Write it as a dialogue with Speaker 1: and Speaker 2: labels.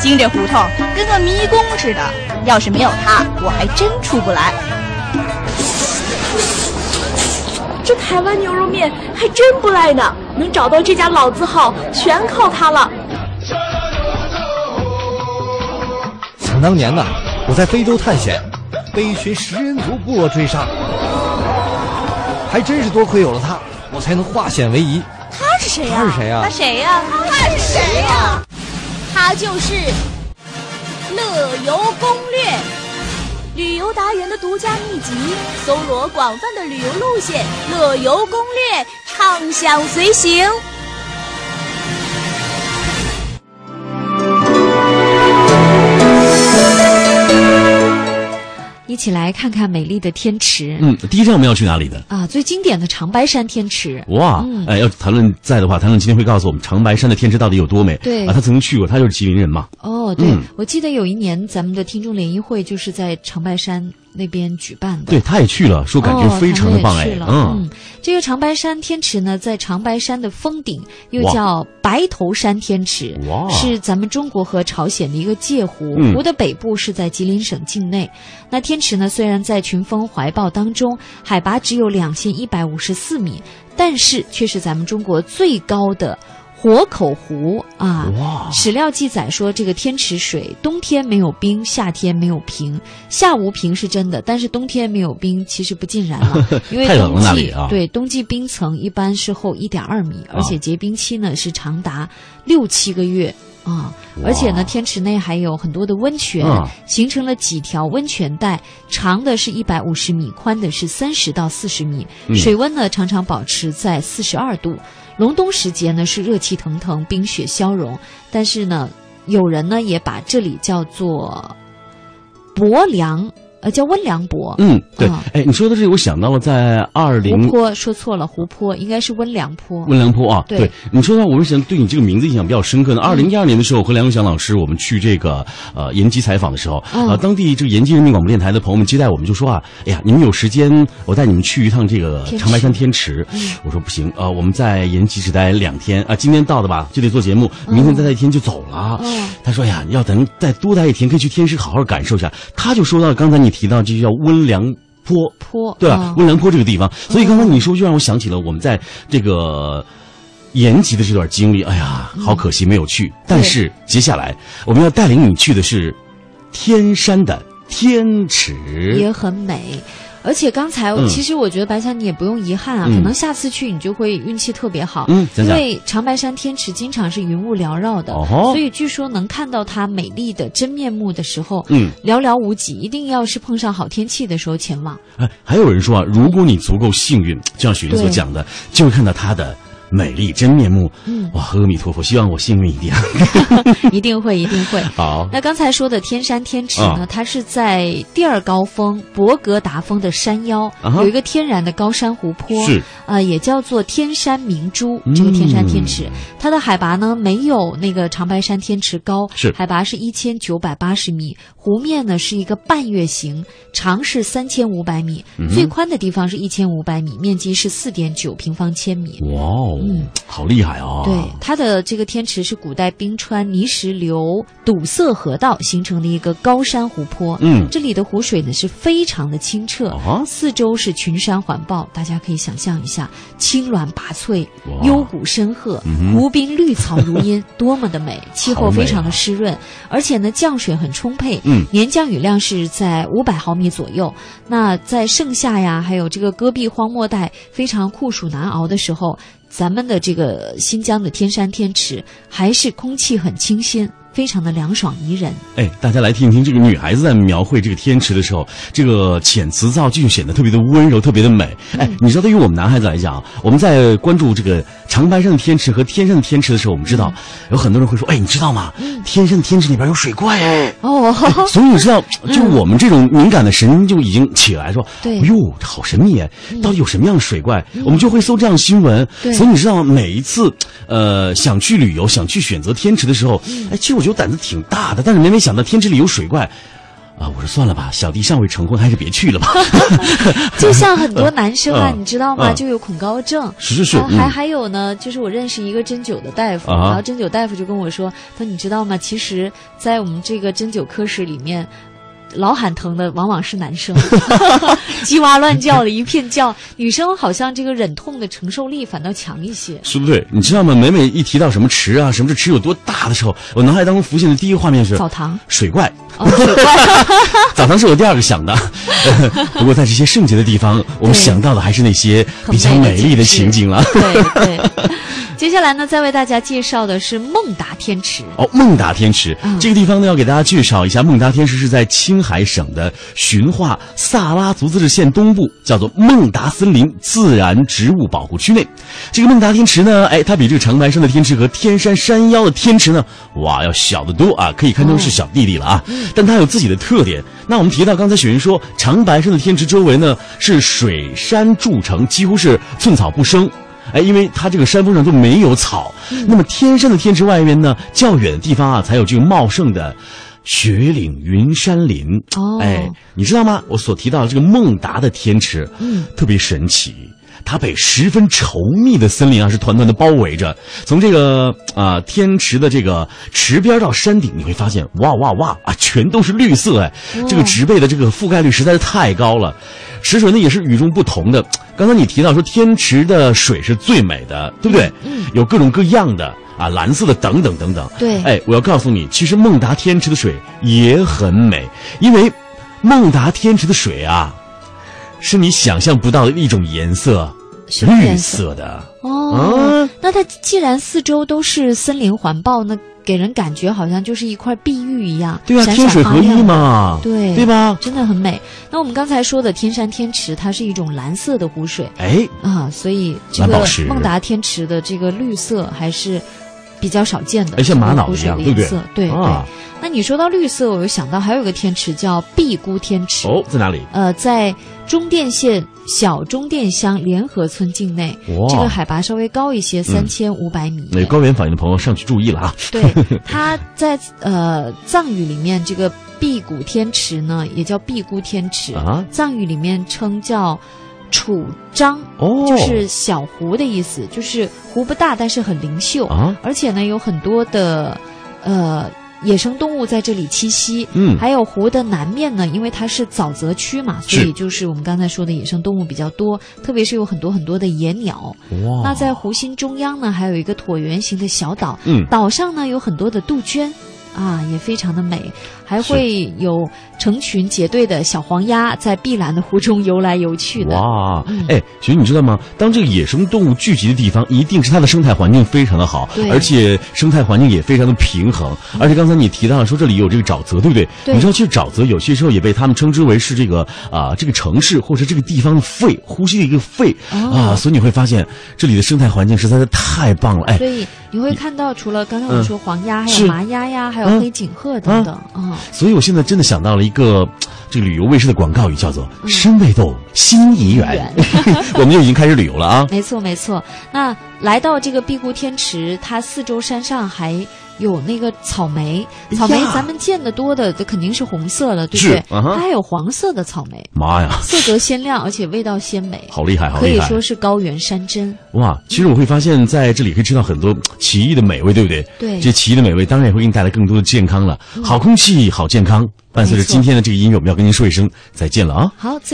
Speaker 1: 经这胡同跟个迷宫似的，要是没有它，我还真出不来。
Speaker 2: 这台湾牛肉面还真不赖呢，能找到这家老字号全靠它了。
Speaker 3: 想当年呢，我在非洲探险，被一群食人族部落追杀，还真是多亏有了它，我才能化险为夷。
Speaker 4: 他是谁呀、
Speaker 3: 他是谁呀、啊
Speaker 1: 他谁呀、
Speaker 4: 他是谁呀、他就是《乐游攻略》，旅游达人的独家秘籍，搜罗广泛的旅游路线，《乐游攻略》畅想随行。
Speaker 5: 一起来看看美丽的天池、
Speaker 6: 嗯，第一站我们要去哪里的？
Speaker 5: 啊，最经典的长白山天池。
Speaker 6: 哇，哎，要谈论在的话，谈论今天会告诉我们长白山的天池到底有多美。
Speaker 5: 对
Speaker 6: 啊，他曾经去过，他就是吉林人嘛。
Speaker 5: 哦，对，
Speaker 6: 嗯
Speaker 5: 我记得有一年咱们的听众联谊会就是在长白山那边举办的。
Speaker 6: 对，他也去了，说感觉非常的棒
Speaker 5: 哦他
Speaker 6: 哎
Speaker 5: 们也去，了
Speaker 6: 嗯
Speaker 5: 嗯，这个长白山天池呢，在长白山的峰顶，又
Speaker 6: 哇
Speaker 5: 叫白头山天池
Speaker 6: 哇，
Speaker 5: 是咱们中国和朝鲜的一个界湖。
Speaker 6: 嗯
Speaker 5: 湖的北部是在吉林省境内。那天池呢，虽然在群峰怀抱当中，海拔只有两千一百五十四米，但是却是咱们中国最高的。活口湖啊，
Speaker 6: 哇，
Speaker 5: 史料记载说，这个天池水冬天没有冰，夏天没有平。夏无平是真的，但是冬天没有冰其实不尽然了， 因为
Speaker 6: 太冷
Speaker 5: 冬
Speaker 6: 了那
Speaker 5: 季
Speaker 6: 里啊
Speaker 5: 对冬季冰层一般是厚一点二米，而且结冰期呢是长达六七个月啊、而且呢，天池内还有很多的温泉，
Speaker 6: 啊
Speaker 5: 形成了几条温泉带，长的是一百五十米，宽的是三十到四十米，
Speaker 6: 嗯
Speaker 5: 水温呢常常保持在四十二度。隆冬时节呢是热气腾腾，冰雪消融，但是呢，有人呢也把这里叫做薄凉，呃，叫温凉薄。
Speaker 6: 嗯，对
Speaker 5: 啊，
Speaker 6: 哎，你说的这个，我想到了在二
Speaker 5: 湖
Speaker 6: 零
Speaker 5: 泊说错了，湖泊应该是温凉坡。
Speaker 6: 温良坡啊，
Speaker 5: 对嗯
Speaker 6: 你说到我们想对你这个名字印象比较深刻呢。二零一二年的时候，我和梁永祥老师我们去这个呃延吉采访的时候，
Speaker 5: 嗯
Speaker 6: 啊，当地这个延吉人民广播电台的朋友们接待我们，就说啊，哎呀，你们有时间，我带你们去一趟这个
Speaker 5: 天池嗯
Speaker 6: 长白山天池。我说不行，啊，我们在延吉只待两天啊，今天到的吧，就得做节目，明天再待一天就走了。
Speaker 5: 嗯
Speaker 6: 他说哎呀，要咱再多待一天，可以去天池好好感受一下。他就说到刚才你提到这叫温良坡。
Speaker 5: 坡
Speaker 6: 对吧
Speaker 5: 啊？
Speaker 6: 温良坡这个地方，所以刚才你说就让我想起了我们在这个延吉的这段经历。哎呀，
Speaker 5: 嗯
Speaker 6: 好可惜没有去。但是接下来我们要带领你去的是天山的天池
Speaker 5: 也。很美。而且刚才，
Speaker 6: 嗯
Speaker 5: 其实我觉得白山你也不用遗憾啊，
Speaker 6: 嗯
Speaker 5: 可能下次去你就会运气特别好，
Speaker 6: 嗯讲
Speaker 5: 因
Speaker 6: 讲
Speaker 5: 为长白山天池经常是云雾缭绕的，
Speaker 6: 哦吼
Speaker 5: 所以据说能看到它美丽的真面目的时候，
Speaker 6: 嗯，
Speaker 5: 寥寥无几，一定要是碰上好天气的时候前往。
Speaker 6: 哎，还有人说啊，如果你足够幸运，就像雪云所
Speaker 5: 对
Speaker 6: 讲的，就会看到它的美丽真面目。
Speaker 5: 嗯
Speaker 6: 哇，阿弥陀佛，希望我幸运一点。
Speaker 5: 一定会，一定会。
Speaker 6: 好，
Speaker 5: 那刚才说的天山天池呢，
Speaker 6: 啊
Speaker 5: 它是在第二高峰博格达峰的山腰，
Speaker 6: 啊哈
Speaker 5: 有一个天然的高山湖泊，
Speaker 6: 是
Speaker 5: 呃，也叫做天山明珠。
Speaker 6: 嗯
Speaker 5: 这个天山天池，它的海拔呢没有那个长白山天池高，
Speaker 6: 是
Speaker 5: 海拔是一千九百八十米，湖面呢是一个半月形，长是三千五百米，
Speaker 6: 嗯
Speaker 5: 最宽的地方是一千五百米，面积是四点九平方千米。
Speaker 6: 哇哦，
Speaker 5: 嗯
Speaker 6: 好厉害啊！
Speaker 5: 对，它的这个天池是古代冰川泥石流堵塞河道形成的一个高山湖泊。
Speaker 6: 嗯
Speaker 5: 这里的湖水呢是非常的清澈，
Speaker 6: 啊
Speaker 5: 四周是群山环抱，大家可以想象一下，青峦拔萃
Speaker 6: 哇，嗯
Speaker 5: 幽谷深壑，湖滨绿草如茵，多么的美！气候
Speaker 6: 啊
Speaker 5: 非常的湿润，而且呢降水很充沛，
Speaker 6: 嗯
Speaker 5: 年降雨量是在五百毫米左右。那在盛夏呀，还有这个戈壁荒漠带非常酷暑难熬的时候，咱们的这个新疆的天山天池还是空气很清新，非常的凉爽宜人。
Speaker 6: 哎，大家来听一听这个女孩子在描绘这个天池的时候，这个遣词造句就显得特别的温柔，特别的美。哎，你知道，对于我们男孩子来讲，我们在关注这个长白山的天池和天山的天池的时候，我们知道、有很多人会说，哎，你知道吗？天山的天池里边有水怪哎。
Speaker 5: 哦，
Speaker 6: 所以你知道，就我们这种敏感的神就已经起来说，
Speaker 5: 嗯对嗯
Speaker 6: 哎呦，好神秘哎，到底有什么样的水怪？我们就会搜这样的新闻。
Speaker 5: 对
Speaker 6: 所以你知道，每一次，呃，想去旅
Speaker 5: 嗯
Speaker 6: 游，想去选择天池的时候，哎，其实我觉得胆子挺大的，但是每每想到天池里有水怪。啊，我说算了吧，小弟尚未成婚，还是别去了吧。
Speaker 5: 就像很多男生啊，
Speaker 6: 嗯
Speaker 5: 你知道吗？
Speaker 6: 嗯
Speaker 5: 就有恐高症。
Speaker 6: 是是是，
Speaker 5: 然后哦啊还
Speaker 6: 嗯
Speaker 5: 还有呢，就是我认识一个针灸的大夫，
Speaker 6: 啊
Speaker 5: 然后针灸大夫就跟我说，他说你知道吗？其实，在我们这个针灸科室里面。老喊疼的往往是男 生， 叽哇乱叫的一片叫，女生好像这个忍痛的承受力反倒强一些。
Speaker 6: 说的对，你知道吗？每每一提到什么池啊，什么这池有多大的时候，我脑海当中浮现的第一个画面是
Speaker 5: 澡堂
Speaker 6: 水怪。
Speaker 5: 哦，水 怪
Speaker 6: 澡堂是我第二个想的， 不过在这些圣洁的地方，我
Speaker 5: 对
Speaker 6: 们想到的还是那些比较
Speaker 5: 很美
Speaker 6: 美
Speaker 5: 的
Speaker 6: 丽的
Speaker 5: 景致
Speaker 6: 情景了。
Speaker 5: 对对。 接下来呢，再为大家介绍的是孟达天池。
Speaker 6: 哦，孟达天池、
Speaker 5: 嗯
Speaker 6: 这个地方呢，要给大家介绍一下。孟达天池是在青海省的循化萨拉族自治县东部，叫做孟达森林自然植物保护区内。这个孟达天池呢，哎，它比这个长白山的天池和天山山腰的天池呢，哇，要小得多啊，可以堪称是小弟弟了啊。但它有自己的特点。那我们提到刚才雪云说，长白山的天池周围呢是水山筑成，几乎是寸草不生。哎，因为它这个山峰上就没有草，
Speaker 5: 嗯
Speaker 6: 那么天山的天池外面呢，较远的地方啊，才有这个茂盛的雪岭云山林。
Speaker 5: 哦
Speaker 6: 哎，你知道吗？我所提到的这个孟达的天池，
Speaker 5: 嗯，
Speaker 6: 特别神奇。它被十分稠密的森林啊，是团团的包围着。从这个啊、天池的这个池边到山顶，你会发现，哇哇哇啊，全都是绿色哎！这个
Speaker 5: 哦
Speaker 6: 植被的这个覆盖率实在是太高了。池水呢也是与众不同的。刚才你提到说天池的水是最美的，对不对？嗯，有各种各样的啊，蓝色的等等等等。
Speaker 5: 对
Speaker 6: 哎，我要告诉你，其实孟达天池的水也很美，因为孟达天池的水啊，是你想象不到的一种颜色，
Speaker 5: 什么
Speaker 6: 绿
Speaker 5: 颜色
Speaker 6: 色的。
Speaker 5: 哦
Speaker 6: 啊，
Speaker 5: 那它既然四周都是森林环抱，那给人感觉好像就是一块碧玉一样，
Speaker 6: 对啊，
Speaker 5: 闪
Speaker 6: 天水
Speaker 5: 闪发
Speaker 6: 合一
Speaker 5: 亮的，
Speaker 6: 嘛，
Speaker 5: 对哦
Speaker 6: 对吧？
Speaker 5: 真的很美。那我们刚才说的天山天池，它是一种蓝色的湖水
Speaker 6: 哎，
Speaker 5: 啊，所以这
Speaker 6: 蓝
Speaker 5: 个
Speaker 6: 宝石
Speaker 5: 孟达天池的这个绿色还是比较少见的，
Speaker 6: 哎像玛瑙
Speaker 5: 湖水
Speaker 6: 一样
Speaker 5: 的
Speaker 6: 对不
Speaker 5: 颜
Speaker 6: 对
Speaker 5: 色对
Speaker 6: 啊，
Speaker 5: 对那你说到绿色，我又想到还有一个天池叫碧姑天池，
Speaker 6: 哦，在哪里？
Speaker 5: 呃，在中甸县小中甸乡联合村境内，
Speaker 6: 哇
Speaker 5: 这个海拔稍微高一些，三千五百米。
Speaker 6: 那哦嗯高原反应的朋友上去注意了啊！
Speaker 5: 对，它在呃藏语里面，这个碧谷天池呢，也叫碧姑天池，
Speaker 6: 啊
Speaker 5: 藏语里面称叫楚章，
Speaker 6: 哦
Speaker 5: 就是小湖的意思，就是湖不大，但是很灵秀，
Speaker 6: 啊，
Speaker 5: 而且呢有很多的呃。野生动物在这里栖息，
Speaker 6: 嗯
Speaker 5: 还有湖的南面呢，因为它是沼泽区嘛，所
Speaker 6: 是
Speaker 5: 以就是我们刚才说的野生动物比较多，特别是有很多很多的野鸟。
Speaker 6: 哇，
Speaker 5: 那在湖心中央呢，还有一个椭圆形的小岛，
Speaker 6: 嗯
Speaker 5: 岛上呢有很多的杜鹃，啊，也非常的美，还会有成群结队的小黄鸭在碧蓝的湖中游来游去的。
Speaker 6: 哇
Speaker 5: 嗯，
Speaker 6: 哎，其实你知道吗？当这个野生动物聚集的地方，一定是它的生态环境非常的好
Speaker 5: 对，嗯
Speaker 6: 而且生态环境也非常的平衡。而且刚才你提到了说这里有这个沼泽，对不对？
Speaker 5: 对
Speaker 6: 你知道，其实沼泽有些时候也被他们称之为是这个啊、这个城市或者这个地方的肺，呼吸的一个肺、
Speaker 5: 哦
Speaker 6: 啊。所以你会发现这里的生态环境实在是太棒了，哎
Speaker 5: 所。以你会看到，除了刚才我们说黄鸭，还有
Speaker 6: 是
Speaker 5: 麻鸭呀，还有
Speaker 6: 嗯
Speaker 5: 黑颈鹤等等啊。
Speaker 6: 所以我现在真的想到了一个这个旅游卫视的广告语，叫做
Speaker 5: 嗯
Speaker 6: “身未动，心已远”， 我们就已经开始旅游了啊。
Speaker 5: 没错，没错。那来到这个碧姑天池，它四周山上还有那个草莓，
Speaker 6: 哎呀
Speaker 5: 草莓咱们见得多的肯定是红色的，对不
Speaker 6: 是
Speaker 5: 对？
Speaker 6: 嗯哼
Speaker 5: 它还有黄色的草莓，
Speaker 6: 妈呀，
Speaker 5: 色泽鲜亮，而且味道鲜美，
Speaker 6: 好厉害，好
Speaker 5: 可
Speaker 6: 厉
Speaker 5: 以
Speaker 6: 害！
Speaker 5: 说是高原山珍。
Speaker 6: 哇，其实我会发现，在这里可以吃到很多奇异的美味，对不对？
Speaker 5: 对嗯
Speaker 6: 这奇异的美味当然也会给你带来更多的健康了。好空气，好健康，伴随着
Speaker 5: 没错
Speaker 6: 今天的这个音乐，我们要跟您说一声再见了啊。
Speaker 5: 好，再